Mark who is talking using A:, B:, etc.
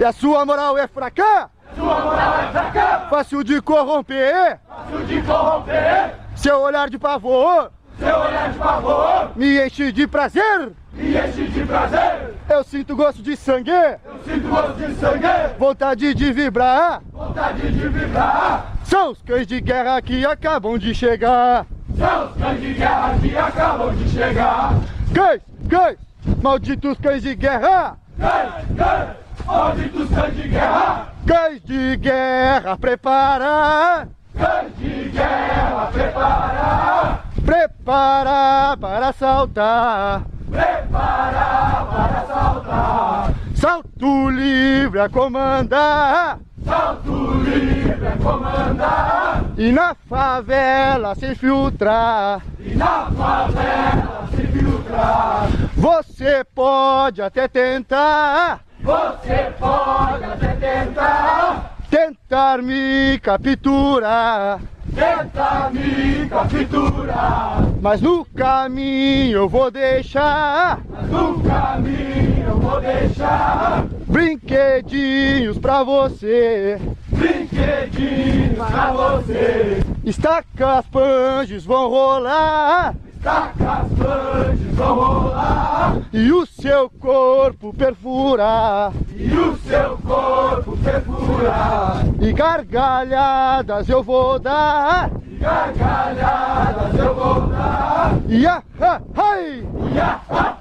A: E a sua moral é fraca?
B: Sua moral é fraca,
A: Fácil de corromper.
B: fácil de corromper.
A: Seu olhar de pavor
B: Seu olhar de pavor
A: me enche de prazer.
B: me enche de prazer.
A: Eu sinto gosto de sangue,
B: Eu sinto gosto de sangue,
A: vontade de vibrar.
B: vontade de vibrar.
A: São os cães de guerra que acabam de chegar.
B: São os cães de guerra que acabam de chegar.
A: Cães, cães, malditos cães de guerra.
B: Cães, cães, malditos cães de guerra.
A: Cães de guerra, prepara.
B: Cães de guerra, prepara.
A: Prepara para saltar.
B: Prepara para saltar.
A: Salto livre a comandar.
B: Salto livre é comandar.
A: E na favela se infiltrar.
B: E na favela se filtrar.
A: Você pode até tentar.
B: Você pode até tentar,
A: Tentar me capturar.
B: tentar me capturar.
A: Mas no caminho eu vou deixar
B: Mas no caminho eu vou deixar
A: brinquedinhos pra você.
B: brinquedinhos pra você.
A: Estacas, panjos vão rolar
B: Estacas grandes vão rolar
A: e o seu corpo perfurar.
B: e o seu corpo perfurar.
A: E gargalhadas eu vou dar.
B: E gargalhadas eu vou dar.
A: E ah, ah, ai!
B: E a, a,